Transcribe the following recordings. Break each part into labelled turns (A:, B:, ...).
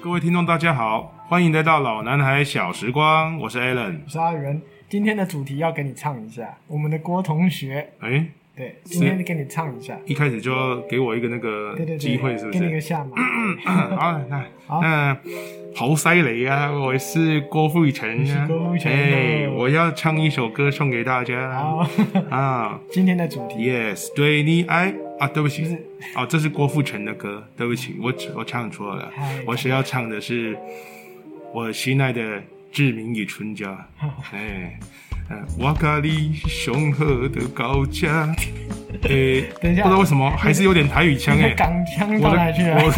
A: 各位听众，大家好，欢迎来到《老男孩小时光》，我是 Alan。
B: 我是阿元，今天的主题要给你唱一下，我们的郭同学，
A: 哎，
B: 对，今天给你唱一下，
A: 一开始就给我一个那个
B: 对对对，
A: 机会，是不
B: 给 你个
A: 是？
B: 下马，
A: 好，那
B: 好
A: 那好犀利啊！我是郭富城
B: 你是
A: 啊
B: 郭富，城
A: 哎，
B: 哦
A: 我要唱一首歌送给大家
B: 好，
A: 啊
B: 今天的主题
A: ！Yes，对你爱啊，对不
B: 就
A: 起
B: 是，
A: 哦，这是郭富城的歌，对不起，我我唱错了
B: 嗨，
A: 我是要唱的是我心爱的志明与春娇。
B: 哦
A: 哎，呃我咖喱雄鹤的高架， 诶、
B: 等一下
A: 不知道为什么还是有点台语腔
B: 你
A: 哎、
B: 的港腔
A: 我
B: 到哪去
A: 的
B: 了？
A: 我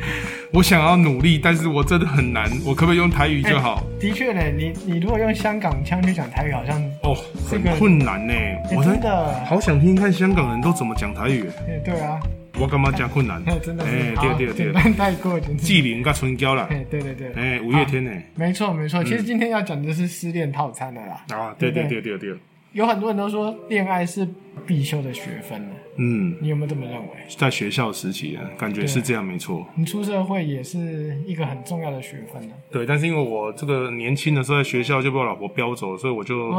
A: 我想要努力，但是我真的很难。我可不可以用台语就好？
B: 的确呢，你你如果用香港腔去讲台语，好像
A: 哦，
B: 这
A: 很
B: 个
A: 困难呢、
B: 哎
A: 我
B: 真
A: 真
B: 的，
A: 好想听听看香港人都怎么讲台语、哎
B: 哎对啊，
A: 我干嘛讲困难？
B: 哎 真的
A: 哎
B: 是，
A: 对对对
B: 好简单带过，简直
A: 纪灵跟春娇 啦，
B: 哎对对对，
A: 哎、五月天呢、
B: 没错没错，其实今天要讲的是失恋套餐的啦，
A: 啊，对对
B: 对
A: 对对对，
B: 有很多人都说恋爱是必修的学分呢，
A: 嗯，
B: 你有没有这么认为？
A: 在学校时期啊，感觉是这样没错。
B: 你出社会也是一个很重要的学分呢、
A: 对，但是因为我这个年轻的时候在学校就被我老婆标走，所以我就，哎、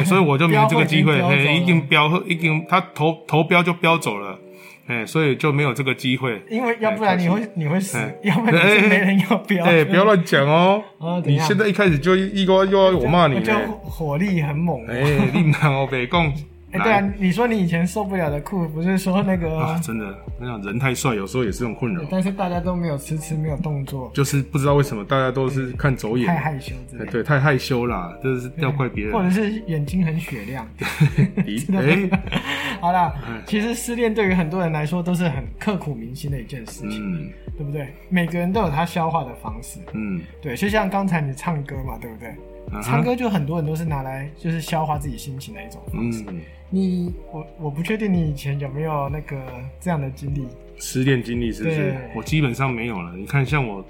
B: 哦
A: 所以我就没有这个机会，
B: 标
A: 哎、
B: 会已经
A: 已
B: 标走了
A: 经标，已经他投投标就标走了，哎、所以就没有这个机会。
B: 因为要不然你
A: 哎
B: 会你会死
A: 哎，
B: 要不然你是没人要标。
A: 哎、不要乱讲哦！
B: 哦怎
A: 你
B: 样
A: 现在一开始就一个又要我骂你
B: 我就
A: 呢，
B: 火力很猛。
A: 哎、你骂我北共，
B: 哎，对啊
A: 来，
B: 你说你以前受不了的酷，不是说那个，
A: 啊，真的，那样人太帅，有时候也是这种困扰，
B: 但是大家都没有迟迟没有动 作，
A: 就是不知道为什么大家都是看走眼，
B: 太害羞之类
A: 哎
B: 的，
A: 对，太害羞啦，这是要怪别
B: 或者
A: 人。
B: 是眼睛很雪 亮。
A: 咦
B: 真的
A: 哎、
B: 好啦，其实失恋对于很多人来说都是很刻骨铭心的一件事情，
A: 嗯
B: 对不对？每个人都有他消化的方式。
A: 嗯，
B: 对，就像刚才你唱歌嘛，对不对？
A: 啊哈
B: 唱歌就很多人都是拿来就是消化自己心情的一种方式。
A: 嗯。
B: 你我我不确定你以前有没有那个这样的经历，
A: 失恋经历是不是
B: 对？
A: 我基本上没有了。你看，像我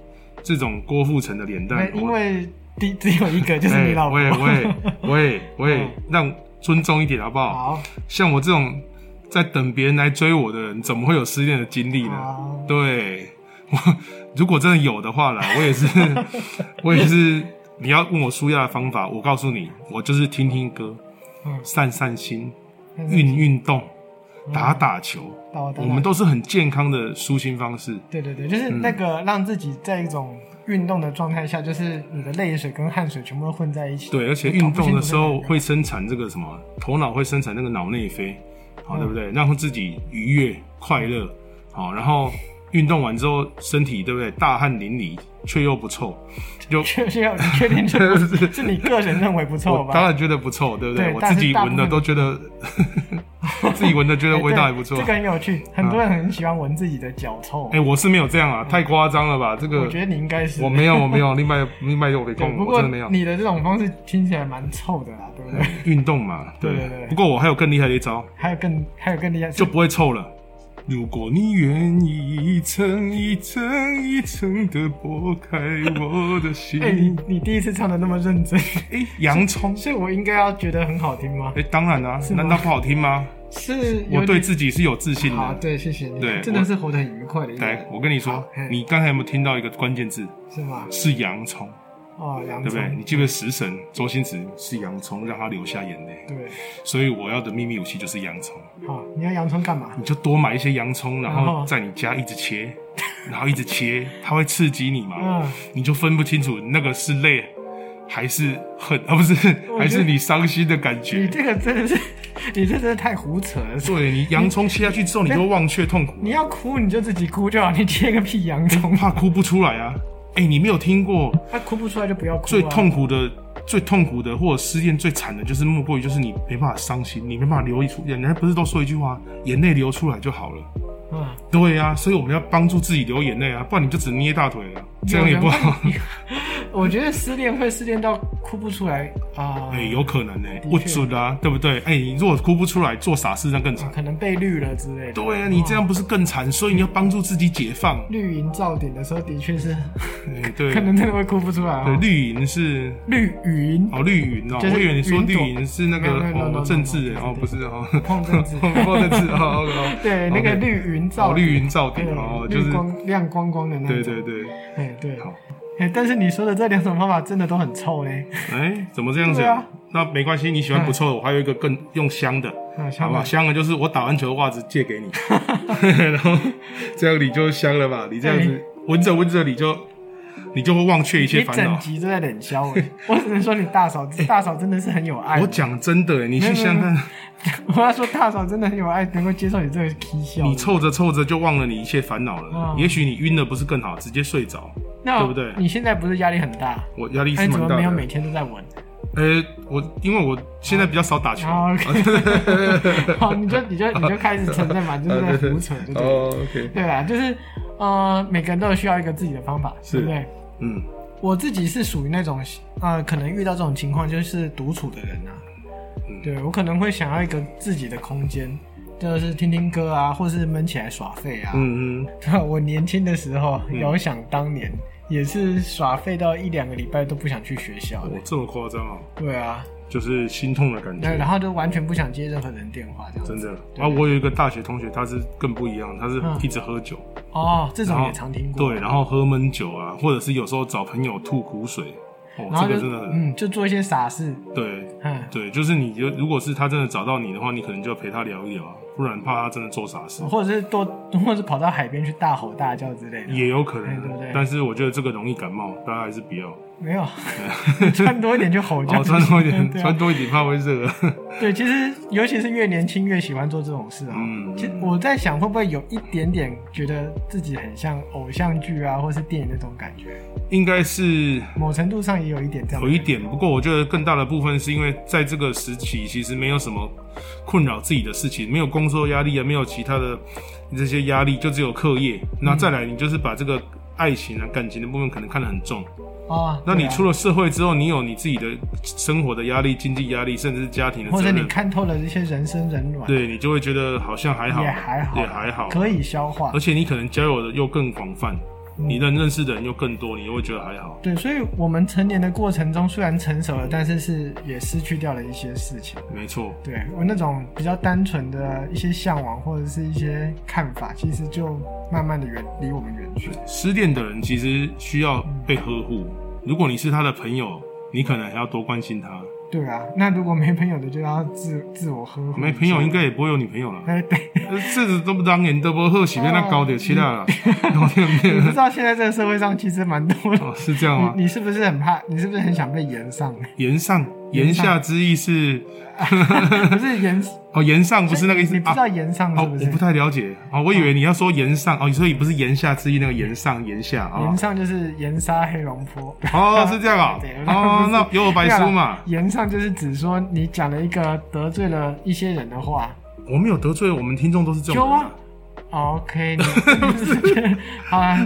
A: 这种郭富城的脸蛋
B: 没，
A: 我哎
B: 因为第 只有一个就是你老婆。
A: 喂喂 喂喂
B: 嗯，
A: 让尊重一点好不好？
B: 好，
A: 像我这种在等别人来追我的人，怎么会有失恋的经历呢？
B: 好，
A: 对，我如果真的有的话啦，我也 是，我也是。你要问我舒压的方法，我告诉你，我就是听听歌，
B: 嗯
A: 散散心，
B: 但是
A: 运运动，打打球，
B: 到到
A: 我们都嗯是很健康的舒心方式。
B: 对对对，就是那个让自己在一种运动的状态下，就是你的泪水跟汗水全部都混在一起。
A: 对，而且
B: 你哎搞
A: 运
B: 不
A: 动
B: 清
A: 的
B: 楚
A: 时
B: 在哪啊
A: 候
B: 个
A: 会生产这个什么，头脑会生产那个脑内啡，好，
B: 嗯
A: 对不对？让自己愉悦、快乐，好，然后运动完之后，身体对不对？大汗淋漓却又不臭，就
B: 确确你确定这 不是是你个人认为不错
A: 我当
B: 吧？
A: 然觉得不臭，对不对？
B: 哦对
A: 我
B: 但
A: 自
B: 是
A: 己
B: 大部
A: 闻的
B: 分
A: 都觉得， 自己闻的觉得
B: 哎
A: 味
B: 对
A: 道还不错嗯
B: 这。个很有趣，很多人很喜欢闻自己的脚臭。
A: 哎，我是没有这样啊，太夸张了吧？这
B: 嗯我
A: 个
B: 觉得你应该是
A: 我没有，我没有，另外另外我没
B: 对，
A: 空，
B: 不
A: 我真
B: 过
A: 的没有。嗯
B: 你的这种方式听起来蛮臭的啦，对不对？
A: 运动嘛，
B: 对对对
A: 不过我还有更厉害的一招，
B: 还有更还有更厉害，
A: 就不会臭了。如果你愿意一层一层一层的剥开我的心，
B: 哎、你你第一次唱的那么认真，
A: 哎、洋葱，
B: 所以我应该要觉得很好听吗
A: 哎、？当然啦、
B: 吗
A: 难道不好听吗？
B: 是有
A: 我对
B: 点
A: 自己是有自信
B: 好，
A: 的。
B: 对，谢谢你，
A: 对
B: 真的是活得很愉快的一个
A: 来
B: 人，，
A: 我跟你说
B: 好嘿，
A: 你刚才有没有听到一个关键字？
B: 是吗？
A: 是洋葱，
B: 哦，洋
A: 对
B: 葱，
A: 不对？你记不记得食神周星驰是洋葱，让他流下眼泪。
B: 对
A: 所以我要的秘密武器就是洋葱，
B: 好，你要洋葱干嘛？
A: 你就多买一些洋葱，然
B: 然
A: 后
B: 后
A: 在你家一直切， 然后一直切，它会刺激你嘛？
B: 嗯，
A: 你就分不清楚那个是泪还是恨 啊，不是还是你伤心的感
B: 你
A: 觉。
B: 这个真的是，你这真的太胡扯了。是
A: 对你洋葱切下去之后，你就会忘却痛苦，
B: 你要哭你就自己哭就好，你切个屁洋葱，
A: 怕哭不出来啊。哎、你没有听过
B: 他哭不出来就不要哭、啊。
A: 最痛苦的、最痛苦的，或者失恋最惨的，就是莫过于就是你没办法伤心，你没办法流一出，人家不是都说一句话，眼泪流出来就好了。
B: 啊！啊
A: 对啊，所以我们要帮助自己流眼泪啊，不然你就只捏大腿了，这样也不好。
B: 我觉得失恋会失恋到哭不出来啊，
A: 哎、有可能呢、
B: 的
A: 不
B: 确
A: 准啊，对不对？哎、你如果哭不出来，做傻事那更惨。
B: 可能被绿了之类的。
A: 对啊，你这样不是更惨？所以你要帮助自己解放。
B: 绿营照点的时候，的确是
A: 哎，
B: 可
A: 对，
B: 能真的会哭不出来
A: 对，
B: 哦。
A: 绿营是
B: 绿云
A: 哦，绿营哦，
B: 就是
A: 我以为你说
B: 云
A: 绿
B: 朵
A: 营是那个
B: 没有没有没
A: 哦
B: 有
A: 政治
B: 没
A: 哎
B: 有
A: 哦，
B: 没有
A: 不是哦，
B: 碰 政治
A: 碰政治哦哦，
B: 对那个
A: OK
B: 绿云照
A: 哦，
B: 点
A: 绿营照
B: 对
A: 顶哦，就是
B: 嗯绿光亮光光的那
A: 对
B: 种。
A: 对对，
B: 哎对
A: 好，
B: 哎，但是你说的这两种方法真的都很臭 嘞。
A: 哎，怎么这样
B: 对
A: 讲
B: 啊？
A: 那没关系，你喜欢不错的，我还有一个更用香的，
B: 嗯香
A: 好吧？
B: 的
A: 香的就是我打完球袜子借 给你，然后这样你就香了吧？你这样子闻着闻着你就你就会忘却一切
B: 哎你
A: 烦
B: 整
A: 恼。
B: 集都在冷 笑哎，我只能说你大嫂，大嫂真的是很有爱
A: 我。讲真的欸，你去
B: 没有
A: 想
B: 没有
A: 看，
B: 我要说大嫂真的很有爱，能够接受你这个 K 笑。
A: 你凑着凑着就忘了你一切烦恼了。
B: 嗯
A: 也许你晕了不是更好，直接睡着。
B: 那
A: 对不对
B: 你现在不是压力很大？
A: 我压力
B: 那
A: 是蛮
B: 你哎怎么
A: 大
B: 没有
A: 的
B: 每。天都在闻？
A: 呃，我因为我现在比较少打球。
B: 哦，OK 好，你就你就你就开始承认 嘛，
A: 啊
B: 就是在胡扯，对不对？
A: 哦，OK，
B: 对啦，就是呃，每个人都有需要一个自己的方法，
A: 是
B: 对不对？
A: 嗯，
B: 我自己是属于那种呃，可能遇到这种情况就是独处的人啊，
A: 嗯
B: 对我可能会想要一个自己的空间，就是听听歌啊，或是闷起来耍废啊。
A: 嗯嗯，
B: 对啊 我年轻的时候，遥想当年也是耍废到一两个礼拜都不想去学校的
A: 我。哦这么夸张啊，
B: 对啊，
A: 就是心痛的感觉
B: 对，。然后就完全不想接任何人电话这样子。
A: 真的。啊，我有一个大学同学，他是更不一样，他是
B: 嗯
A: 一直喝酒，
B: 哦，这
A: 然
B: 种
A: 后
B: 也常听过。
A: 对，然后喝闷酒啊，或者是有时候找朋友吐苦水，哦，
B: 然后
A: 这个
B: 就
A: 真的很
B: 嗯，就做一些傻事，
A: 对
B: 嗯，
A: 对，就是你就如果是他真的找到你的话，你可能就要陪他聊一聊啊，不然怕他真的做傻事。
B: 或者是多， 或者是跑到海边去大吼大叫之类的。
A: 也有可
B: 哎对
A: 能
B: 不对，
A: 但是我觉得这个容易感冒，大家还是不要。
B: 没有，穿多一 点就吼叫。
A: 哦，穿多一点，
B: 对啊
A: 穿多一点怕会热。
B: 对，其实尤其是越年轻越喜欢做这种事啊。
A: 嗯
B: 其实我在想，会不会有一点点觉得自己很像偶像剧啊，或是电影那种感觉？
A: 应该是
B: 某程度上也有一点这样的
A: 有一点，不过我觉得更大的部分是因为在这个时期，其实没有什么困扰自己的事情，没有工作压力啊，没有其他的这些压力，就只有课业。那
B: 嗯
A: 再来，你就是把这个爱情啊、感情的部分可能看得很重。
B: 啊。
A: 那你
B: 对啊
A: 出了社会之后，你有你自己的生活的压力、经济压力，甚至是家庭的
B: 或
A: 责
B: 者你
A: 任，
B: 看透了这些人生冷暖，
A: 对你就会觉得好像还好，
B: 也还好，
A: 也还好，
B: 可以消化
A: 而。且你可能交友的又更广泛，
B: 嗯
A: 你能认识的人又更多，你又会觉得还好。
B: 对，所以我们成年的过程中虽然成熟了，但是是也失去掉了一些事情。
A: 没错，
B: 对我那种比较单纯的一些向往或者是一些看法，其实就慢慢的远离我们远去。
A: 失恋的人其实需要被呵护。如果你是他的朋友，你可能还要多关心他。
B: 对啊，那如果没朋友的就要自自我呵护。
A: 没朋友应该也不会有女朋友了。
B: 哎，对，
A: 呃这个都不当年都不喝喜面那高点期待了，高点
B: 你
A: 面
B: 知道现在这个社会上其实蛮多的。
A: 哦，是这样 吗？
B: 你你是不是很怕？你是不是很想被延 上？
A: 言上言下之意是
B: 不是延，
A: 哦，言上不是那个意思
B: 你不
A: 啊
B: 知。道延上
A: 哦，
B: 是不
A: 我
B: 是？
A: 不太了解哦，我以为你要说言上哦，所以不是言下之意那个言上言下啊
B: 延。上就是盐沙黑龙坡。
A: 哦，是这样啊
B: 对。
A: 哦，那有我白书嘛？
B: 言上就是指说你讲了一个得罪了一些人的话。
A: 我没有得罪我们听众，都是这
B: 有
A: 种人啊
B: 啊。OK，你 好啊。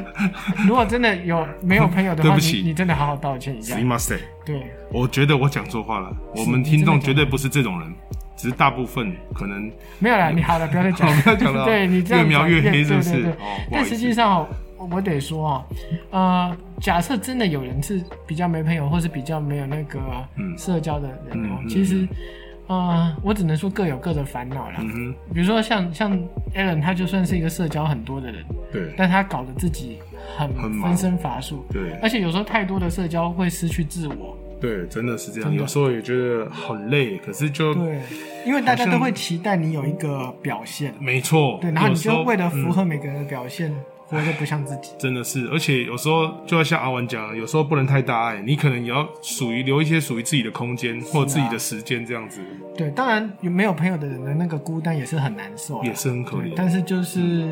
B: 如果真的有没有朋友的
A: 对
B: 话，
A: 不起
B: 你你真的好好道歉一下
A: す。いません。
B: 对，
A: 我觉得我讲错话了，我们听众绝对不是这种人，只是大部分可能
B: 没有啦，你好了，不要再讲
A: 好，哦不要讲了
B: 对你这样
A: 越描越黑是不是
B: 对对对
A: 哦不好意
B: 但
A: 思
B: 实际上哦，我我得说哦，呃，假设真的有人是比较没朋友，或是比较没有那个
A: 嗯
B: 社交的人哦
A: 嗯，嗯
B: 其实，呃，我只能说各有各的烦恼啦。
A: 嗯
B: 比如说像像 Alan，他就算是一个社交很多的人，
A: 哼，对
B: 但他搞得自己很
A: 很忙
B: 分身乏术，
A: 对
B: 而且有时候太多的社交会失去自我。
A: 对，真的是这样。
B: 真的
A: 有时候也觉得很累，可是就
B: 对，因为大家
A: 好像
B: 都会期待你有一个表现，
A: 没错。
B: 对，然后你
A: 有时
B: 就
A: 候
B: 为了符
A: 嗯
B: 合每个人的表现，活得不像自己。
A: 真的是，而且有时候就要像阿文讲，的，有时候不能太大爱，你可能也要属于留一些属于自己的空间或者自己的时间，这样子
B: 对，当然有没有朋友的人的那个孤单也是很难受啦，
A: 也是很可
B: 对
A: 怜。
B: 但是就是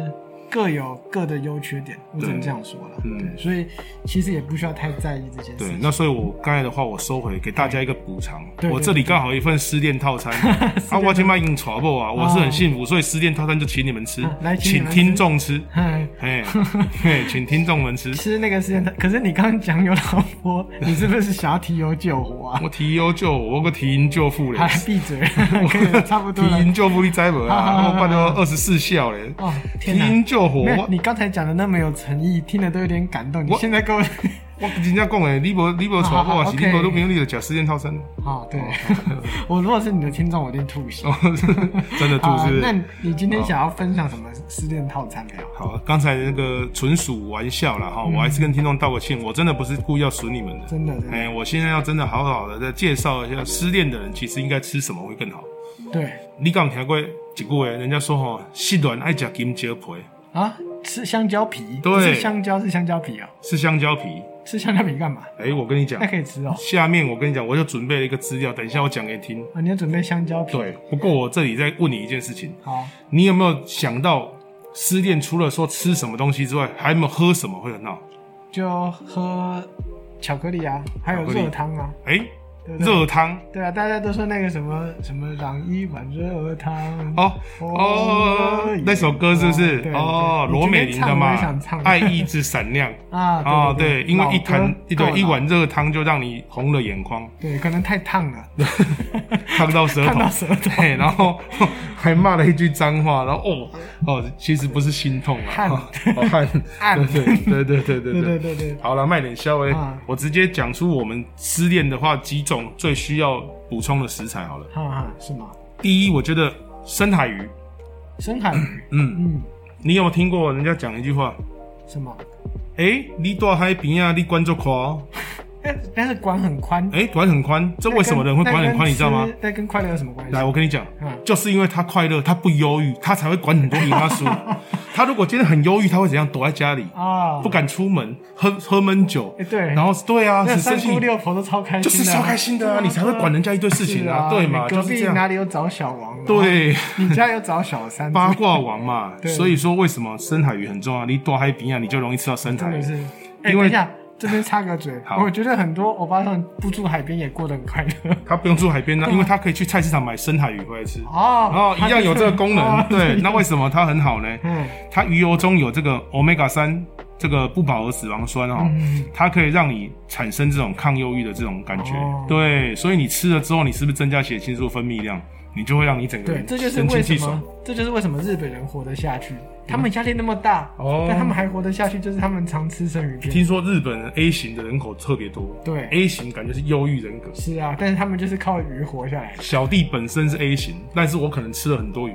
B: 各有各的优缺点，我只能
A: 对
B: 这样说了。
A: 嗯
B: 对，所以其实也不需要太在意这件事
A: 对，
B: 情。
A: 那所以我刚才的话我收回，给大家一个补偿。
B: 对对
A: 我这里刚好一份失恋套餐 啊，我今麦已经 trouble 啊，我是很幸福，所以失恋套餐就请你们吃
B: 哦啊，来请
A: 请
B: 你们吃
A: 听 众吃。
B: 嗨
A: 哎，嘿请听众们吃。
B: 吃那个时间菜。可是你刚刚讲有老婆，你是不是想要提油救火啊？
A: 我提优救我， 我个提银救父嘞
B: 还，闭嘴，哎 可以了差不多
A: 提
B: 了。
A: 银救父你栽门
B: 好好
A: 啊，
B: 好
A: 我办到二十四孝嘞，
B: 哦，
A: 提
B: 天哪！
A: 银救火，
B: 没有，
A: 我
B: 你刚才讲的那么有诚意，听了都有点感动。你
A: 我
B: 现在跟 我，
A: 我真正讲诶，你无你无娶
B: 好好
A: 我，啊
B: 好
A: 是
B: OK
A: 你无女朋友，你就吃四件套 餐，
B: 啊，对， 我如果是你的听众，我一定吐血。
A: 哦，真的吐
B: 啊
A: 是不
B: 那
A: 是？
B: 你今天想要分享什么失恋套餐没有？
A: 好，刚才那个纯属玩笑啦哈，我还是跟听众道个歉，我真的不是故意要损你们的。
B: 嗯真的，真的，
A: 哎，我现在要真的好好的再介绍一下，失恋的人其实应该吃什么会更好。
B: 对
A: 你敢听过一句话，人家说吼，失恋爱吃金蕉皮，
B: 啊，吃香蕉皮，
A: 对
B: 不是香蕉是香蕉皮哦，
A: 是香蕉皮。
B: 吃香蕉皮干嘛？
A: 哎，我跟你讲
B: 那，可以吃哦。
A: 下面我跟你讲，我就准备了一个资料，等一下我讲给你听。
B: 啊，你要准备香蕉皮。
A: 对，不过我这里再问你一件事情，
B: 好，
A: 你有没有想到，失恋除了说吃什么东西之外，还有没有喝什么会很好？
B: 就喝巧克力啊，还有
A: 巧克力
B: 热汤啊，
A: 哎、
B: 对不对？
A: 热汤
B: 对啊，大家都说那个什么什么朗一碗热汤
A: 哦
B: 哦
A: 哦，那首歌是不
B: 对
A: 是
B: 对？
A: 哦，
B: 对
A: 罗美玲的嘛
B: 你今天唱我也想唱，
A: 《爱意之闪亮》
B: 啊
A: 哦，对，因为一
B: 老
A: 坛
B: 歌
A: 一对
B: 够
A: 一
B: 老
A: 碗热汤就让你红了眼眶，
B: 对，可能太 烫了，
A: 烫到舌
B: 烫
A: 头
B: 到，舌头，
A: 对，然后 还骂了一句脏话，然后哦哦，其实不是心痛啊，
B: 汗
A: 哦哦汗，
B: 汗
A: 对对对对对对
B: 对
A: 对
B: 对。对对，
A: 好了，卖点稍微，
B: 啊
A: 我直接讲出我们失恋的话几种最需要补充的食材好了。
B: 哈哈，是吗？
A: 第一，我觉得深海鱼，
B: 深海鱼，
A: 嗯，
B: 嗯，
A: 你有没有听过人家讲一句话？
B: 什么？
A: 哎、你到海边啊，你管就宽哦，
B: 但哎但是管很宽，
A: 哎、管很宽，这为什么人会管很宽？你知道吗
B: 那跟？吃？那跟快乐有什么关系？
A: 来，我跟你讲，
B: 嗯
A: 就是因为他快乐，他不忧郁，他才会管很多银 花书。他如果今天很忧郁，他会怎样？躲在家里，
B: 啊，
A: 不敢出门，喝喝闷酒，
B: 哎对，
A: 然后对啊，
B: 那
A: 很
B: 三
A: 生气
B: 姑，六婆都超开心的
A: 就
B: 啊，
A: 是超开心的啊，你才会管人家一堆事情
B: 是
A: 啊，对嘛，
B: 你
A: 就
B: 隔
A: 是
B: 壁
A: 这样。
B: 哪里有找小王？，啊
A: 对，
B: 你家有找小三？
A: 八卦王嘛，
B: 对
A: 所以说为什么深海鱼很重要？你多海边啊，你就容易吃到深
B: 真
A: 海
B: 的
A: 鱼。
B: 是。哎，
A: 因
B: 等
A: 为
B: 一下， 这边插个嘴
A: 好，
B: 我觉得很多欧巴桑不住海边也过得很快乐。
A: 他不用住海
B: 啊
A: 边呢，啊因为他可以去菜市场买深海鱼回来吃。
B: 哦，
A: 哦，一样有这个功
B: 哦
A: 能。对，那为什么它很好呢？
B: 嗯
A: 它鱼油中有这个 omega 三这个不饱和脂肪酸哦，
B: 嗯
A: 它可以让你产生这种抗忧郁的这种感觉。
B: 哦
A: 对，所以你吃了之后，你是不是增加血清素分泌量？你就会让你整个
B: 哦对，
A: 人
B: 这就是
A: 神清
B: 为
A: 气
B: 什
A: 爽
B: 么。，这就是为什么日本人活得下去。他们压力那么大，
A: 哦
B: 但他们还活得下去，就是他们常吃生鱼片。
A: 听说日本人 A 型的人口特别多，
B: 对
A: ，A 型感觉是忧郁人格。
B: 是啊，但是他们就是靠鱼活下来。
A: 小弟本身是 A 型，但是我可能吃了很多鱼，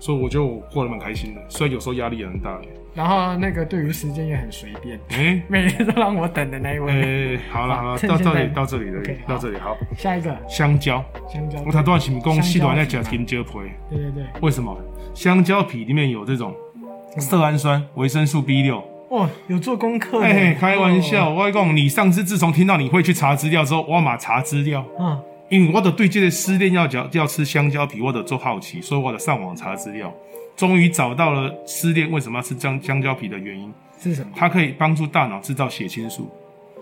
A: 所以我就过得蛮开心的。虽然有时候压力也很大。
B: 然后那个对于时间也很随便，
A: 哎、
B: 每天都让我等的那一
A: 哎、
B: 位。
A: 好了好 了，
B: 趁
A: 到
B: 现
A: 这
B: 在
A: 里到这里了
B: OK，，
A: 到
B: 好
A: 这里好。
B: 下一个
A: 香蕉，
B: 香蕉，
A: 我头段想讲，
B: 香蕉
A: 细段在吃
B: 是吗
A: 金蕉皮，
B: 对对对，
A: 为什么？香蕉皮里面有这种色氨
B: 嗯
A: 酸、维生素 B 六。
B: 哇，哦有做功课呢。
A: 哎、开玩笑，
B: 哦，
A: 我跟你讲，你上次自从听到你会去查资料之后，我马查资料，
B: 嗯，
A: 因为我的对这个失恋要讲要吃香蕉皮，我的做好奇，所以我的上网查资料，终于找到了失恋为什么要吃香香蕉皮的原因。
B: 是什么？
A: 它可以帮助大脑制造血清素。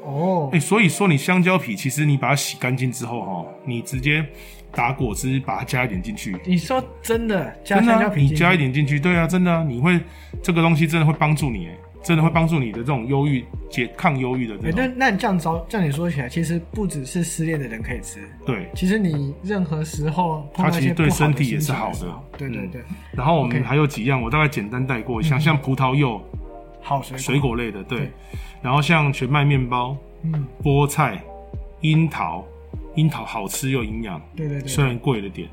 B: 哦
A: 哎、，所以说你香蕉皮，其实你把它洗干净之后，哈，你直接打果汁，把它加一点进去，
B: 你说真的，加
A: 真的
B: 香
A: 啊、
B: 蕉皮
A: 你
B: 进去
A: 加一，点进去，对啊，真的、啊，你会这个东西真的会帮助你，哎，真的会帮助你的这种忧郁解抗忧郁的这
B: 哎，那
A: 种，
B: 那你这样着，这样你说起来，其实不只是失恋的人可以吃，
A: 对。
B: 其实你任何时候
A: 它
B: 碰到
A: 其
B: 一
A: 实
B: 些
A: 对
B: 不好
A: 身
B: 的
A: 体也
B: 心
A: 是
B: 情
A: 好
B: 的时
A: 的
B: 候，对对
A: 嗯
B: 对，
A: 然后我们
B: OK
A: 还有几样，我大概简单带过一下，像葡萄柚、
B: 好水
A: 水果类的，对
B: 嗯对，
A: 然后像全麦面包、
B: 嗯，
A: 菠菜、樱桃，樱桃好吃又营养，
B: 对对
A: 虽
B: 对，
A: 然贵了点，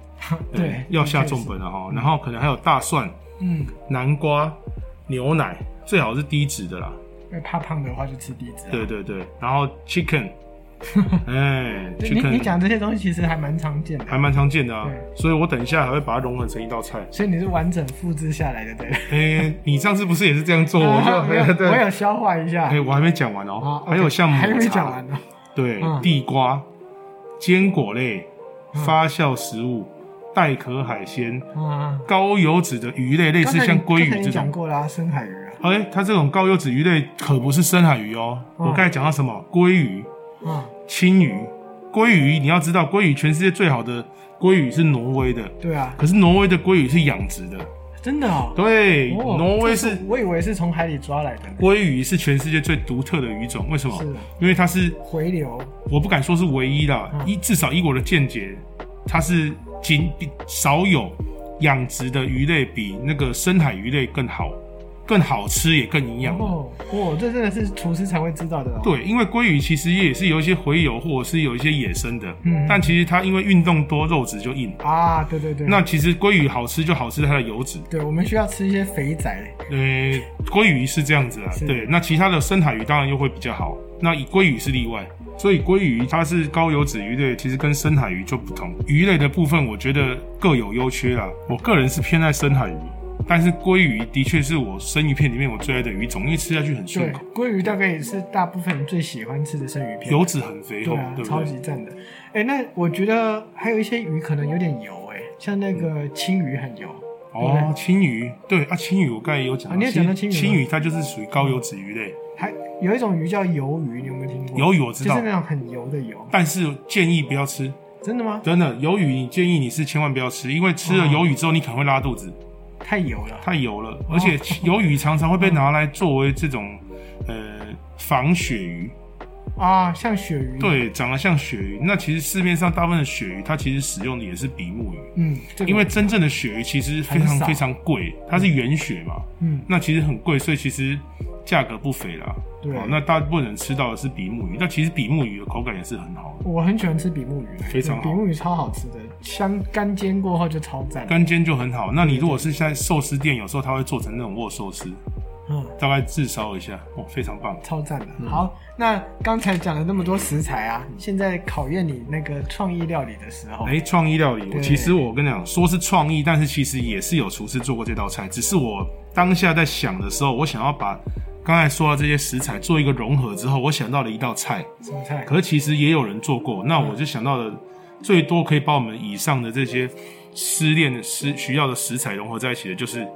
B: 对，
A: 要下重本了哈。然后可能还有大蒜、
B: 嗯，
A: 南瓜、牛奶，最好是低脂的啦。
B: 因为怕胖的话就吃低脂啊。
A: 对对对，然后 chicken，哎
B: 对，你你
A: ，chicken
B: 讲这些东西其实还蛮常见的，
A: 还蛮常见的啊，
B: 对
A: 所以我等一下还会把它融合成一道菜。
B: 所以你是完整复制下来的，对。
A: 哎，你上次不是也是这样做？哦我
B: 我 有
A: 就
B: 我
A: 对，
B: 有消化一下。
A: 哎，我还没讲完
B: 好
A: 哦，
B: ，OK，
A: 还有像
B: 还
A: 抹
B: 没讲
A: 茶，
B: 完呢。
A: 对，
B: 嗯
A: 地瓜、坚果类、
B: 嗯
A: 发酵食物、带壳海鲜、
B: 啊，
A: 高油脂的鱼类，类
B: 刚
A: 似
B: 才
A: 像
B: 你
A: 鲑
B: 刚才
A: 鱼
B: 你
A: 这种
B: 讲。过啦，深海鱼啊。
A: 哎、它这种高油脂鱼类可不是深海鱼哦。
B: 嗯
A: 我刚才讲到什么？鲑鱼、
B: 啊，
A: 青鱼、鲑鱼，你要知道，鲑鱼全世界最好的鲑鱼是挪威的，
B: 对啊，
A: 可是挪威的鲑鱼是养殖的，
B: 真的哦。
A: 对，
B: 哦
A: 挪威
B: 这
A: 是
B: 我以为是从海里抓来的呢，
A: 鲑鱼是全世界最独特的鱼种，为什么
B: 是？
A: 因为它是
B: 回流
A: 我不敢说是唯一啦，
B: 嗯
A: 依至少依我的见解，它是仅比少有养殖的鱼类比那个深海鱼类更好，更好吃也更营养。
B: 哦，哦，这真的是厨师才会知道的哦。
A: 对，因为鲑鱼其实也是有一些洄游或者是有一些野生的，
B: 嗯
A: 但其实它因为运动多，肉质就硬。
B: 啊，对对对，
A: 那其实鲑鱼好吃就好吃它的油脂，
B: 对我们需要吃一些肥仔，
A: 呃，鲑鱼是这样子啊
B: 是，
A: 对。那其他的深海鱼当然又会比较好，那以鲑鱼是例外。所以鲑鱼它是高油脂鱼类，其实跟深海鱼就不同。鱼类的部分，我觉得各有优缺啦。我个人是偏爱深海鱼，但是鲑鱼的确是我生鱼片里面我最爱的鱼种，因为吃下去很
B: 对
A: 顺口，，
B: 鲑鱼大概也是大部分人最喜欢吃的生鱼片，
A: 油脂很肥厚，
B: 对啊，
A: 对
B: 超
A: 不对？
B: 级赞的。哎，那我觉得还有一些鱼可能有点油，哎，像那个
A: 嗯
B: 青鱼很油，
A: 哦，青鱼，对啊，青鱼我刚才也有讲
B: 啊你也讲到青鱼吗
A: 青鱼它就是属于高油脂鱼类，
B: 还有一种鱼叫鱿鱼，你有没有听过？
A: 鱿鱼我知
B: 就
A: 道
B: 是，那种很油的油，
A: 但是建议不要吃。
B: 真的吗？
A: 真的，鱿鱼你建议你是千万不要吃，因为吃了
B: 哦
A: 鱿鱼之后你可能会拉肚子，
B: 太油了，
A: 太油了，而
B: 哦
A: 且 鱿鱼常常会被拿来作为这种呃仿鳕鱼，
B: 啊，像鳕鱼，，
A: 对，长得像鳕鱼。那其实市面上大部分的鳕鱼，它其实使用的也是比目鱼，
B: 嗯，这个
A: 因为真正的鳕鱼其实非
B: 很
A: 常
B: 少
A: 非常贵，它是原鳕嘛，
B: 嗯，
A: 那其实很贵，所以其实价格不菲啦。
B: 对
A: 哦，那大部分人吃到的是比目鱼，那其实比目鱼的口感也是很好的，
B: 我很喜欢吃比目鱼，
A: 非常好
B: 比目鱼超好吃的，香干煎过后就超赞，
A: 干煎就很好。那你如果是在寿司店，有时候它会做成那种握寿司，
B: 嗯，
A: 大概炙烧一下，哦，非常棒。
B: 超赞的。
A: 嗯
B: 好，那刚才讲了那么多食材啊，现在考验你那个创意料理的时候，
A: 哎、创意料理，
B: 对
A: 我其实我跟你讲，说是创意，但是其实也是有厨师做过这道菜，只是我当下在想的时候，我想要把刚才说的这些食材做一个融合之后，我想到了一道菜，
B: 什么菜？
A: 可是其实也有人做过，
B: 嗯
A: 那我就想到了最多可以把我们以上的这些失恋的食需要的食材融合在一起的，就是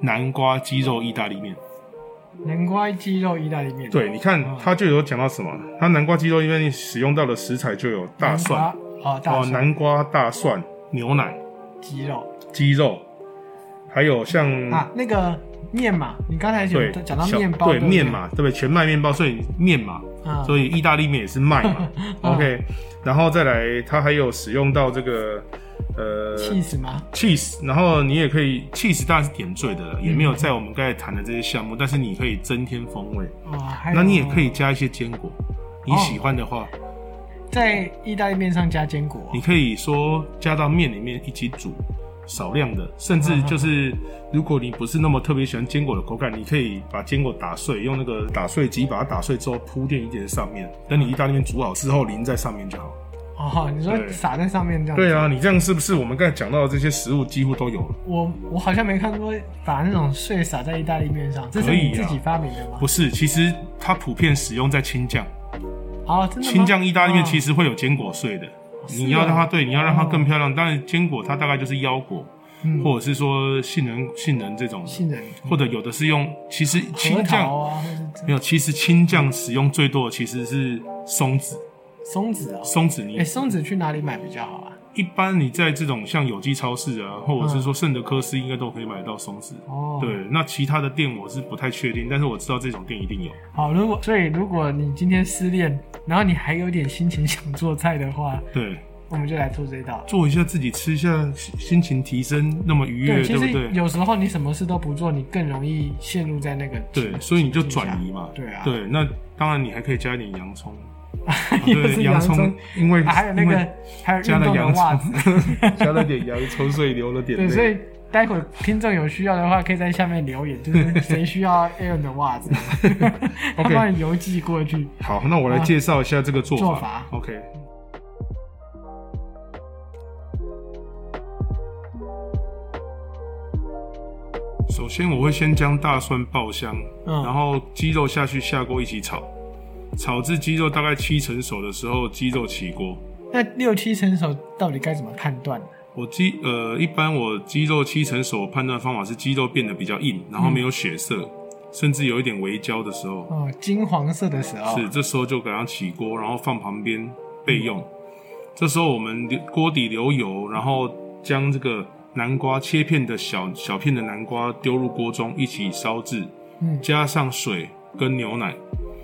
A: 南瓜鸡肉意大利面。
B: 嗯南瓜鸡肉意大利面，
A: 对，你看它就有讲到什么，它南瓜鸡肉意大利面使用到的食材就有大
B: 南瓜，
A: 蒜
B: 哦，大
A: 哦，
B: 蒜
A: 南瓜、大蒜、牛奶。
B: 鸡肉
A: 鸡肉，还有像、
B: 啊，那个面嘛，你刚才
A: 嗯对
B: 有讲到
A: 小
B: 面包，
A: 对
B: 不
A: 面，嘛，对不对？全麦面包，所以面嘛，
B: 啊，
A: 所以意大利面也是麦 嘛。
B: 嗯
A: OK，然后再来，它还有使用到这个呃
B: cheese 嘛，
A: cheese，然后你也可以 cheese 当然是点缀的
B: 嗯
A: 了，也没有在我们刚才谈的这些项目，但是你可以增添风味。
B: 哦，还有
A: 那你也可以加一些坚果，你喜欢的话，
B: 在意大利面上加坚果
A: 你，可以说加到面里面一起煮，少量的，甚至 就是如果你不是那么特别喜欢坚果的口感，你可以把坚果打碎，用那个打碎机把它打碎之后铺垫一点在上面，等你意大利面煮好之后淋在上面就好。
B: 哦，你说
A: 对
B: 撒在上面这样，
A: 对，啊，你这样是不是我们刚才讲到的这些食物几乎都有了？
B: 我我好像没看过把那种碎撒在意大利面上，这是
A: 可以
B: 你自
A: 啊
B: 己发明的吗？
A: 不是，其实它普遍使用在青酱，
B: 哦，真的吗
A: 青酱意大利面其
B: 哦
A: 实会有坚果碎的。
B: 是
A: 你要让它
B: 哦
A: 对，你要让它更漂亮。当然，坚果它大概就是腰果，
B: 嗯
A: 或者是说杏仁、杏仁这种，
B: 杏仁、
A: 或者有的是用，其实青
B: 核桃
A: 酱
B: 啊，或是这
A: 没有，其实青酱使用最多的其实是松子，
B: 松子哦。
A: 松子你
B: 哎，松子去哪里买比较好啊？
A: 一般你在这种像有机超市啊，或者是说圣德科斯应该都可以买得到松子。
B: 嗯哦，
A: 对，那其他的店我是不太确定，但是我知道这种店一定有。
B: 好，如果所以如果你今天失恋，然后你还有点心情想做菜的话，
A: 对，
B: 我们就来做这一道。
A: 做一下自己吃一下，心心情提升，那么愉悦，
B: 对，
A: 对
B: 其
A: 不
B: 实
A: 对？
B: 有时候你什么事都不做，你更容易陷入在那个
A: 对，所以你就转
B: 移。
A: 移嘛。
B: 对啊
A: 对，那当然你还可以加一点洋 葱。啊
B: 又是
A: 对，洋
B: 葱，
A: 葱，因为
B: 啊还有那
A: 因为
B: 个还有
A: 加
B: 运
A: 了
B: 动的
A: 洋
B: 袜子。
A: 葱，加了点洋葱，所以流了点
B: 对，
A: 泪。
B: 所以待会儿听众有需要的话，可以在下面留言，就是谁需要 Aaron 的 袜子，他
A: OK
B: 帮你邮寄过去。
A: 好，那我来介绍一下这个做法。
B: 啊做法
A: OK。首先，我会先将大蒜爆香，
B: 嗯
A: 然后鸡肉下去下锅一起炒，炒至鸡肉大概七成熟的时候，鸡肉起锅。
B: 那六七成熟到底该怎么判断呢？
A: 我鸡呃，一般我鸡肉七成熟，我判断方法是鸡肉变得比较硬，然后没有血色，
B: 嗯
A: 甚至有一点微焦的时候，
B: 哦，金黄色的时候
A: 是，这时候就给它起锅，然后放旁边备用。这时候我们留锅底留油，然后将这个南瓜切片的小小片的南瓜丢入锅中一起烧制，
B: 嗯
A: 加上水跟牛奶，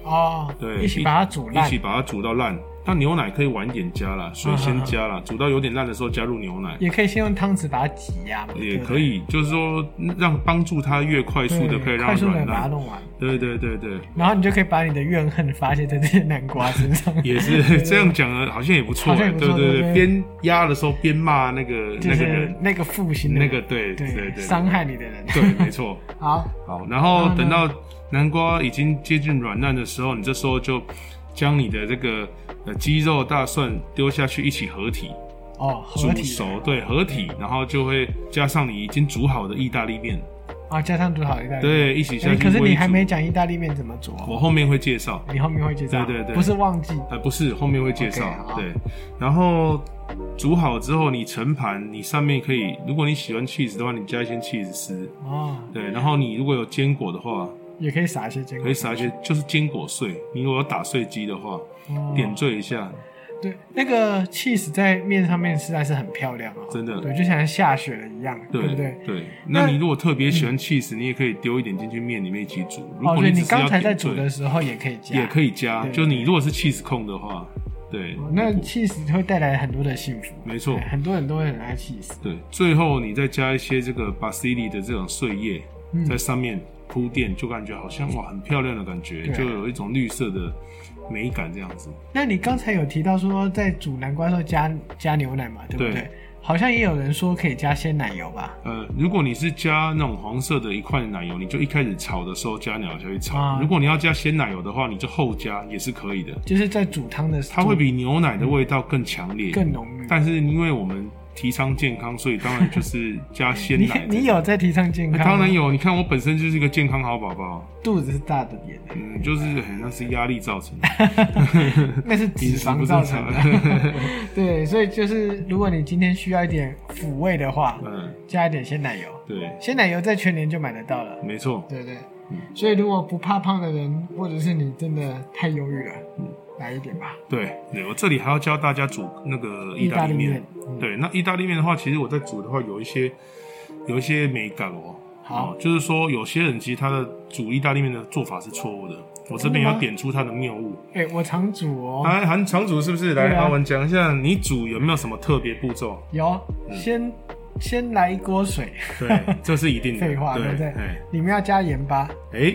B: 哦，
A: 对，
B: 一起把它煮烂
A: 一起把它煮到烂。那牛奶可以晚一点加啦，水先加
B: 嗯
A: 啦，煮到有点烂的时候加入牛奶，
B: 也可以先用汤匙把它挤压嘛，
A: 也
B: 嗯对不对
A: 可以，就是说让帮助它越快速的
B: 对
A: 可以让
B: 快
A: 它
B: 速的
A: 软
B: 把它
A: 烂。
B: 弄完，
A: 对对对对，
B: 然后你就可以把你的怨恨发泄在这些南瓜身上，
A: 也是这样讲的，好像也不错
B: 好像
A: 欸。
B: 也不错
A: 对
B: 对对
A: 边压的时候边骂那个
B: 就
A: 那个
B: 是
A: 人，
B: 那个负心的
A: 那
B: 人
A: 个对对对，
B: 伤害你的人。
A: 对，没错。
B: 好，
A: 好，然
B: 然
A: 后
B: 后呢
A: 等到南瓜已经接近软烂的时候，你这时候就将你的这个呃鸡肉、大蒜丢下去一起合体
B: 哦，合
A: 煮
B: 体的
A: 熟，对，合体，然后就会加上你已经煮好的意大利面，
B: 啊，加上煮好意大利面。
A: 对，一起下
B: 哎
A: 去
B: 可是
A: 煨
B: 你还
A: 煮
B: 没，讲意大利面怎么煮哦，
A: 我后面会介绍。
B: 你后面会介绍。
A: 对对对
B: 不是忘记。
A: 呃，不是，后面会介绍。
B: OK，好
A: 对，然后煮好之后，你盛盘，你上面可以，如果你喜欢 cheese 的话，你加一些 cheese 丝。
B: 哦，
A: 对，然后你如果有坚果的话，
B: 也可以撒一些坚果，
A: 可以撒一些，就是坚果碎。你如果有打碎机的话，
B: 哦
A: 点缀一下，
B: 对，那个 cheese 在面上面实在是很漂亮哦，
A: 真的
B: 对，就像下雪了一样，对
A: 对
B: 不对？
A: 那
B: 那
A: 你如果特别喜欢 cheese，、你也可以丢一点进去面里面一起煮。如
B: 哦，
A: 果
B: 对
A: 只
B: 你
A: 是要
B: 刚才在
A: 点
B: 煮
A: 缀，
B: 的时候也可以加，
A: 也可
B: 以。
A: 以加。
B: 对
A: 就你如果是 cheese 控的话，对，
B: 哦那 cheese 会带来很多的幸福，
A: 没错
B: 对很多人都会很爱 cheese。
A: 对，最后你再加一些这个 basili 的这种碎叶、
B: 嗯
A: 在上面铺垫，就感觉好像哇很漂亮的感觉，
B: 对
A: 就有一种绿色的美感这样子。
B: 那你刚才有提到说在煮南瓜的时候加加牛奶嘛，对不
A: 对
B: 对？好像也有人说可以加鲜奶油吧？
A: 呃，如果你是加那种黄色的一块奶油，你就一开始炒的时候加奶油下去炒；
B: 啊
A: 如果你要加鲜奶油的话，你就后加也是可以的。
B: 就是在煮汤的时候，
A: 它会比牛奶的味道更强烈，
B: 更浓郁。
A: 但是因为我们提倡健康，所以当然就是加鲜
B: 你
A: 奶的。
B: 你有在提倡健
A: 那
B: 康？
A: 当然，有，你看我本身就是一个健康好宝宝，
B: 肚子是大的欸脸，
A: 嗯，就是很那是压力造成的。
B: 那 是
A: 饮
B: 脂
A: 食不
B: 肪
A: 正
B: 造
A: 常。
B: 成的。 对，所以就是如果你今天需要一点抚慰的话，
A: 嗯，
B: 加一点鲜奶油，
A: 对，
B: 鲜奶油在全年就买得到了，
A: 没错，
B: 对不对？所以如果不怕胖的人，或者是你真的太忧郁了，
A: 嗯
B: 来一点吧，
A: 对对。我这里还要教大家煮那个意
B: 意
A: 大
B: 大
A: 利
B: 利
A: 面
B: 面。。嗯
A: 对，那意大利面的话，其实我在煮的话有一些有一些美感哦。
B: 好
A: 哦就是说有些人其实他的煮意大利面的做法是错误的，我这边
B: 真的
A: 要
B: 吗
A: 点出他的谬误。
B: 哎、我常煮哦，
A: 哎，韩常煮是不是？来，
B: 对啊
A: 阿文讲一下，你煮有没有什么特别步骤？
B: 有先先来一锅水，
A: 对， 这是一定的。
B: 废话对不对
A: 哎，
B: 里面要加盐巴，
A: 哎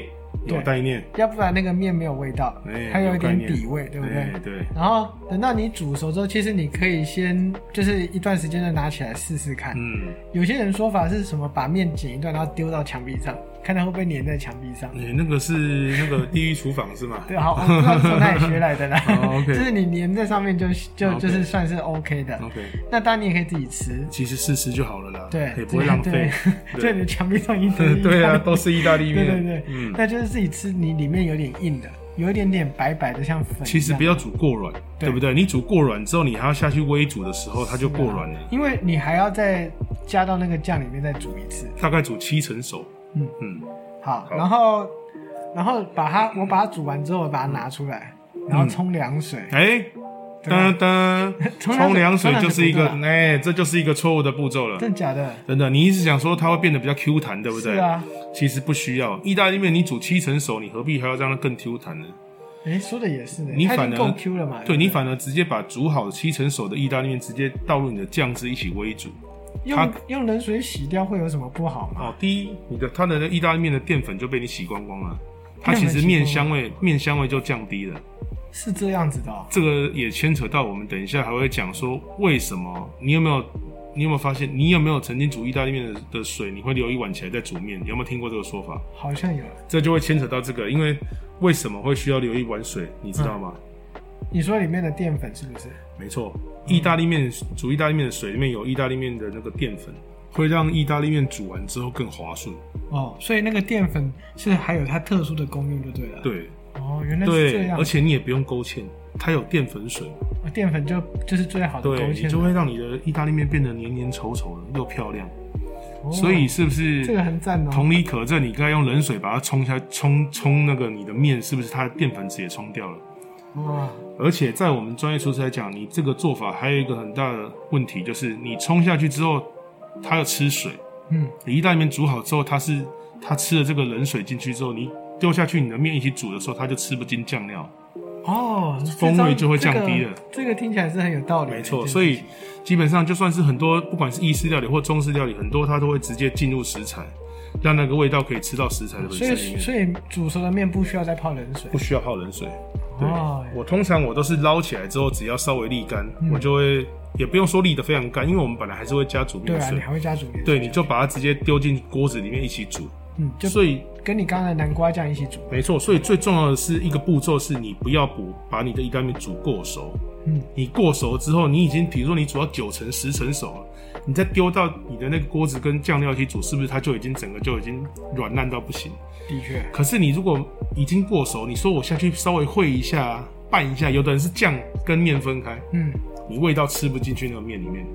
A: 有概念，
B: 要不然那个面没有味道，
A: 哎
B: 它有
A: 有
B: 一
A: 概
B: 点
A: 念
B: 底味，对不对？
A: 哎对，
B: 然后等到你煮熟之后，其实你可以先就是一段时间就拿起来试试看。
A: 嗯，
B: 有些人说法是什么把面剪一段，然后丢到墙壁上，看它会不会粘在墙壁上。
A: 你哎那个是那个地狱厨房是吗？。
B: 对，啊好，我不知道从哪里学来的啦
A: 哦，OK 哦
B: 就是你粘在上面就就
A: OK 哦
B: 就是算是 OK 的。
A: ，OK，
B: 那当然你也可以自己吃，
A: 其实试吃就好了啦，
B: 对，
A: 也不会浪费。
B: 对就
A: 对
B: 你的墙壁 上一堆
A: 对对 啊，都
B: 是。
A: 是意大利
B: 对
A: 面。
B: 对对，
A: 嗯，
B: 那就是自己吃，你里面有点硬的，有一点点白白的，像粉一样。
A: 其实不要煮过软，
B: 对
A: 对不对？你煮过软之后，你还要下去微煮的时候，它就过软了，
B: 因为你还要再加到那个酱里面再煮一次。
A: 大概煮七成熟。
B: 嗯
A: 嗯，
B: 好，
A: 好
B: 然后然后把它，我把它煮完之后，我把它拿出来，然后冲凉水。
A: 哎，
B: 对啊
A: 噔 噔，
B: 冲
A: 冲凉
B: 凉
A: 水
B: 水
A: 就是一
B: 冲
A: 个
B: 凉水，
A: 哎，这就是一个错误的步骤了。
B: 真的假的？
A: 真的，你一直想说它会变得比较 Q 弹，对不
B: 是
A: 对？
B: 啊，
A: 其实不需要，意大利面你煮七成熟，你何必还要让它更 Q 弹呢？
B: 哎，说的也是呢，
A: 你
B: 它已
A: 反
B: 经
A: 而
B: 够 Q 了嘛？
A: 对
B: 不
A: 你反而直接把煮好的七成熟的意大利面直接倒入你的酱汁一起煨煮。它
B: 用用冷水洗掉会有什么不好吗？
A: 哦，第一，你的它的那意大利面的淀粉就被你洗光光了，它
B: 淀
A: 其
B: 粉
A: 实
B: 洗
A: 面
B: 光
A: 香味面香味就降低了。
B: 是这样子的哦。
A: 这个也牵扯到我们等一下还会讲说为什么你有没有你有没有发现你有没有曾经煮意大利面的的水你会留一碗起来再煮面？有没有听过这个说法？
B: 好像有。
A: 这就会牵扯到这个，因为为什么会需要留一碗水，你知道吗？
B: 你说里面的淀粉是不是？
A: 没错，意大利面煮意大利面的水里面有意大利面的那个淀粉，会让意大利面煮完之后更滑顺。
B: 哦，所以那个淀粉是还有它特殊的功用就对了。，
A: 对
B: 哦，原来是这
A: 对，
B: 样
A: 而。且你也不用勾芡，它有淀粉水，
B: 哦淀粉就就是最好的勾
A: 对你
B: 芡
A: 就
B: 了，
A: 会让你的意大利面变得黏黏稠稠的，又漂亮。
B: 哦
A: 所以是不是
B: 这个很赞哦。
A: 同理可证？你刚才用冷水把它冲下冲冲那个你的面，是不是它的淀粉质也冲掉了？
B: 哇，
A: 而且在我们专业厨师来讲，你这个做法还有一个很大的问题，就是你冲下去之后，它要吃水。
B: 嗯，
A: 你意大利面煮好之后，它是它吃了这个冷水进去之后，你丢下去你的面一起煮的时候，它就吃不进酱料。
B: 哦，这
A: 风味就会降
B: 张
A: 低了
B: 这个。这个听起来是很有道理的
A: 没
B: 一件事情。
A: 错，所以基本上就算是很多不管是意式料理或中式料理，很多它都会直接进入食材，让那个味道可以吃到食材的本
B: 所
A: 身里
B: 以
A: 面，
B: 所以煮熟的面不需要再泡冷水
A: 不。需要泡冷水。对
B: 哦，嗯
A: 我通常我都是捞起来之后，只要稍微沥干，我就会也不用说沥得非常干，因为我们本来还是会加煮
B: 对
A: 面
B: 啊，你
A: 水，
B: 还会加煮面？
A: 对，你就把它直接丢进锅子里面一起煮。
B: 嗯，就
A: 所以
B: 跟你刚才的南瓜酱一起煮。
A: 没错，所以最重要的是一个步骤是你不要补把你的意大利面煮过熟。
B: 嗯，
A: 你过熟之后，你已经比如说你煮到九成十成熟了，你再丢到你的那个锅子跟酱料一起煮，是不是它就已经整个就已经软烂到不行？
B: 的确，
A: 可是你如果已经过熟，你说我下去稍微烩一下、拌一下，有的人是酱跟面分开，
B: 嗯，
A: 你味道吃不进去那个面里面，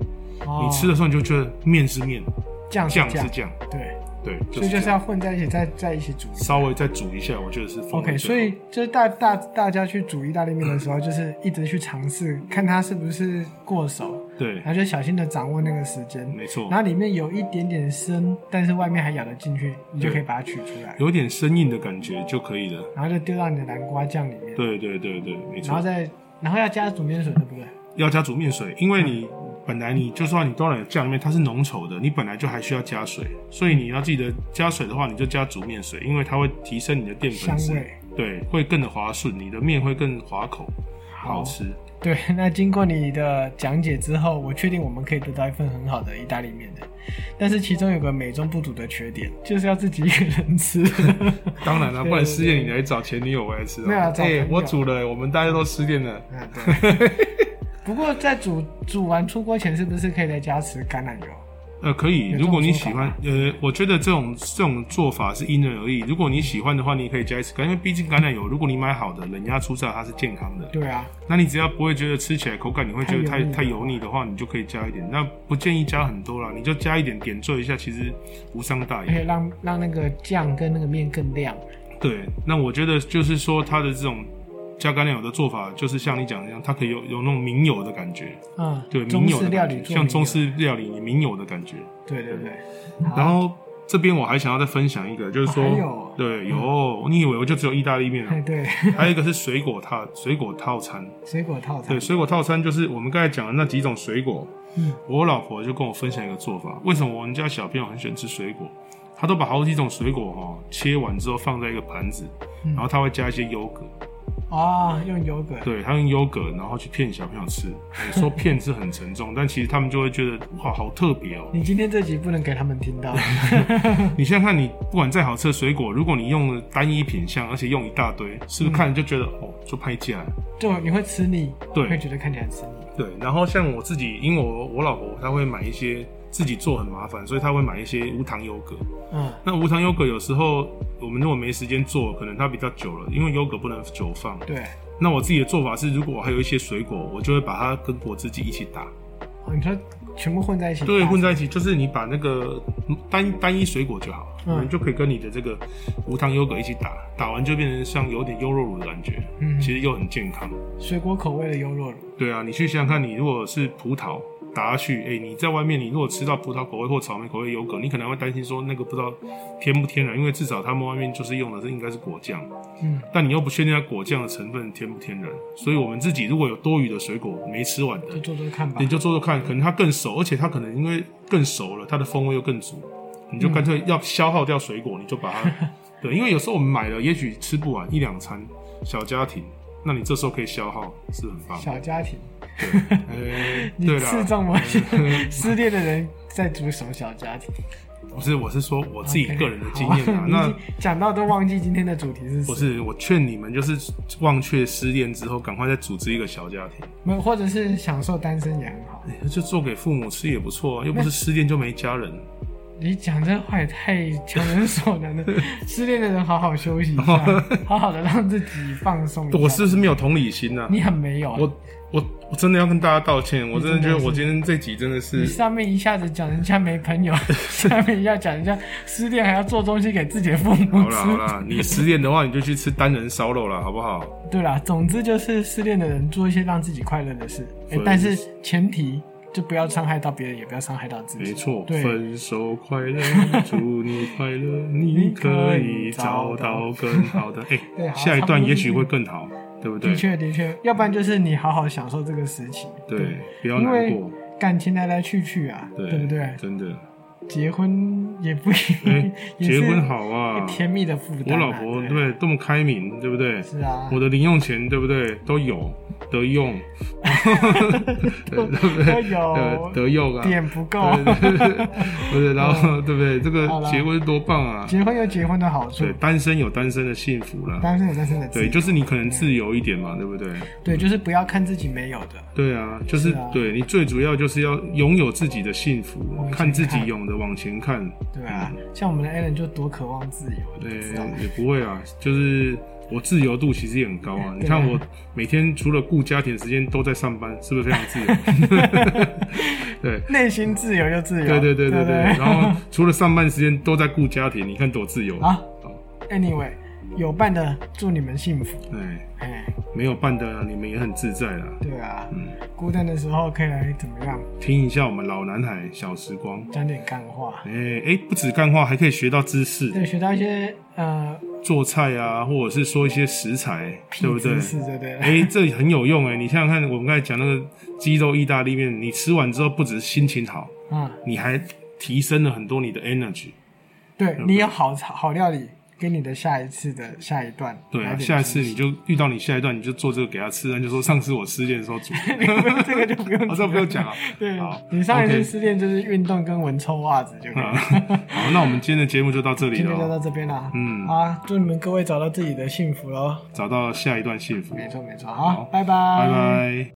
B: 哦
A: 你吃的时候你就觉得面是面，
B: 酱
A: 酱
B: 酱
A: 是，酱，
B: 对，
A: 对，就
B: 所
A: 是
B: 以就
A: 这
B: 是
A: 样
B: 要混在一起，再再一起煮。
A: 稍微再煮一下，我觉得是风味最
B: OK，
A: 好
B: 所以就是大大大家去煮意大利面的时候，就是一直去尝试，看它是不是过熟，
A: 对
B: 然，后就小心的掌握那个时间。
A: 没错
B: 然。后里面有一点点生，但是外面还咬得进去，你就
A: 对
B: 可以把它取出来，
A: 有点生硬的感觉就可以了。
B: 然后就丢到你的南瓜酱里面，
A: 对对对对，没
B: 然
A: 错。
B: 后再然后要加煮面水，对不对？
A: 要加煮面水，因为你
B: 嗯
A: 本来你就算你豆奶酱里面它是浓稠的，你本来就还需要加水，所以你要记得加水的话，你就加煮面水，因为它会提升你的淀
B: 香
A: 粉质，
B: 味。
A: 对，会更的滑顺，你的面会更滑口，好吃。
B: 对，那经过你的讲解之后，我确定我们可以得到一份很好的意大利面的，但是其中有个美中不足的缺点，就是要自己一个人吃。
A: 当然了、
B: 对
A: 不然失恋你来找前女友我来吃、
B: 没有啊
A: 啊。
B: 找朋
A: 哎、
B: 友
A: 我煮了、我们大家都失恋了。
B: 嗯，对。 不过在煮煮完出锅前，是不是可以再加持橄榄油？
A: 呃，可以，
B: 有这种
A: 如果你
B: 做
A: 喜
B: 法
A: 欢，呃，我觉得这种这种做法是因人而异。如果你喜欢的话，你也可以加一次橄榄，因为毕竟橄榄油，如果你买好的冷压出榨，它是健康的。
B: 对啊，
A: 那你只要不会觉得吃起来口感你会觉得
B: 太
A: 太
B: 油腻
A: 太油腻的话，你就可以加一点。那不建议加很多啦，你就加一点点缀一下，其实无伤大
B: 可
A: 雅。
B: 以让让那个酱跟那个面更亮。
A: 对，那我觉得就是说它的这种加橄榄油的做法，就是像你讲的一样，它可以有有那种明油的感觉，
B: 嗯，
A: 对，明
B: 中
A: 油
B: 式
A: 的
B: 料
A: 感
B: 理
A: 觉，
B: 做
A: 像
B: 明
A: 中
B: 油，
A: 式料理你明油的感觉。
B: 对对对。
A: 然后这边我还想要再分享一个，就是说，
B: 哦还有哦
A: 对，有，你以为我就只有意大利面啊
B: 哎？ 对，
A: 还有一个是水果套水果套 餐，
B: 水果套餐
A: 对，。水果套餐就是我们刚才讲的那几种水果。
B: 嗯，
A: 我老婆就跟我分享一个做法，为什么我们家小朋友很喜欢吃水果？他都把好几种水果哈、哦、切完之后放在一个盘子，
B: 嗯
A: 然后他会加一些优格，
B: 啊，用油葛。
A: 对他用优格然后去骗小朋友 吃。你说骗是很沉重，但其实他们就会觉得哇好特别哦。
B: 你今天这集不能给他 们听到。
A: 你现在看，你不管再好吃的水果，如果你用了单一品相，而且用一大堆，是不是看着就觉得、哦就拍价？
B: 就你会吃腻，
A: 对
B: 会觉得看起来吃腻。
A: 对，然后像我自己，因为我我老婆她会买一些自己做很麻烦，所以她会买一些无糖优格。
B: 嗯，
A: 那无糖优格有时候我们如果没时间做，可能它比较久了，因为优格不能久放。
B: 对。
A: 那我自己的做法是，如果我还有一些水果，我就会把它跟果汁机一起打，
B: 哦，你说全部混在一起，
A: 对，
B: 打
A: 混在一起，就是你把那个单单一水果就好，
B: 嗯
A: 你就可以跟你的这个无糖优格一起打，打完就变成像有点优酪乳的感觉，
B: 嗯
A: 其实又很健康。
B: 水果口味的优酪乳，
A: 对啊，你去想想看，你如果是葡萄打下去，哎、你在外面你如果吃到葡萄口味或草莓口味优格，你可能会担心说那个不知道天不天然，因为至少他们外面就是用的是应该是果酱，
B: 嗯，
A: 但你又不确定它果酱的成分天不天然，所以我们自己如果有多余的水果没吃完的
B: 就，做做看吧
A: 你。就做做看，可能它更熟，而且它可能因为更熟了，它的风味又更足，你就干
B: 嗯
A: 脆要消耗掉水果，你就把 它对，因为有时候我们买了，也许吃不完一两餐，小家庭，那你这时候可以消耗，是很棒。
B: 小家庭，
A: 呃
B: 你
A: 对
B: 刺
A: 啦，
B: 中吗？ 失恋的人在煮什么小家庭？
A: 不是，我是说我自己
B: OK，
A: 个人的经验啊
B: 好。 你
A: 那
B: 已经讲到都忘记今天的主题是
A: 不
B: 什么，
A: 是，我劝你们就是忘却失恋之后，赶快再组织一个小家庭，
B: 没有，或者是享受单身也很好。
A: 哎就做给父母吃也不错啊，又不是失恋就没家人。
B: 你讲这话也太强人所难了。 失恋的人好好休息一下，好好的让自己放松一
A: 哦我
B: 下。
A: 是不是没有同理心呢、啊？
B: 你很没有啊，
A: 我我我真的要跟大家道歉，我真的觉得
B: 真的是
A: 我今天这集真的
B: 你
A: 是
B: 上面一下子讲人家没 朋友，下面一下讲人家失恋，还要做东西给自己的父母
A: 好
B: 吃
A: 啦。好啦，你失恋的话你就去吃单人烧肉啦，好不好？
B: 对啦，总之就是失恋的人做一些让自己快乐的事，哎
A: 所以
B: 但是前提就不要伤害到别人，也不要伤害到自己。
A: 没错，
B: 对
A: 分手快乐，祝你快乐，你可以找到更好的。 哎、
B: 对好
A: 下一段也许会更好，对不对
B: 的？确，的确，要不然就是你好好享受这个时期。
A: 对，不要
B: 因
A: 难
B: 为
A: 过，
B: 感情来来去去啊，
A: 对
B: 不对？
A: 真的，
B: 结婚也不
A: 哎、
B: 一， 也
A: 结
B: 是
A: 婚好啊，
B: 甜蜜的负
A: 我
B: 担啊。
A: 老婆
B: 对，
A: 对这么开明，对不对？
B: 是啊，
A: 我的零用钱对不对都有得用，对对不 对？得
B: 都有
A: 得用啊，
B: 哎点不够。
A: 对对对 不是，然后对不对？这个
B: 哦好啦
A: 结婚多棒啊！
B: 结婚有结婚的好处
A: 对，，单身有单身的幸福啦。
B: 单身有单身的自
A: 对，
B: 由。
A: 就是你可能自由一点嘛，对不对？
B: 对，就是不要看自己没有的。
A: 对啊，就是
B: 是啊
A: 对你最主要就是要拥有自己的幸福
B: 往，前
A: 看自己
B: 看
A: 勇的往前看。嗯
B: 对啊，像我们的 Allen 就多渴望自由，你知道吗
A: 呃，也不会啊，就是我自由度其实也很高 啊。你
B: 对啊
A: 看我每天除了顾家庭的时间都在上班，是不是非常自由？ 对。
B: 内心自由就自由。
A: 对对对对
B: 对
A: 对，然后除了上班时间都在顾家庭，你看多自由哦
B: 啊！
A: 好
B: Anyway，有伴的祝你们幸福。
A: 哎，
B: 哎，
A: 没有伴的你们也很自在啦。
B: 对啊，
A: 嗯，
B: 孤单的时候可以来怎么样，
A: 听一下我们老男孩小时光，
B: 讲点干话，
A: 哎哎，不止干话，还可以学到知识，
B: 对，学到一些呃
A: 做菜啊，或者是说一些食材，
B: 屁
A: 对不对
B: 知？识，对不对？
A: 哎、这很有用哎、你想想看，我们刚才讲那个鸡肉意大利面，你吃完之后不只是心情好，
B: 啊，
A: 你还提升了很多你的 energy。
B: 对你有好好料理，给你的下一次的下一段。
A: 对
B: 来
A: 啊，
B: 点
A: 下一次你就遇到你下一段，你就做这个给他吃，那就说上次我失恋的时候煮，
B: 这个就不用
A: 我、哦、这不用讲啊。
B: 对
A: 好，
B: 你上一
A: OK
B: 次失恋就是运动跟闻臭袜子就可以
A: 啊
B: 了。
A: 好，那我们今天的节目就到这里
B: 今天就到
A: 了，
B: 这边了，
A: 哦嗯
B: 啊，祝你们各位找到自己的幸福喽。
A: 找到下一段幸福，
B: 没
A: 拜
B: 错没错，好，
A: 拜。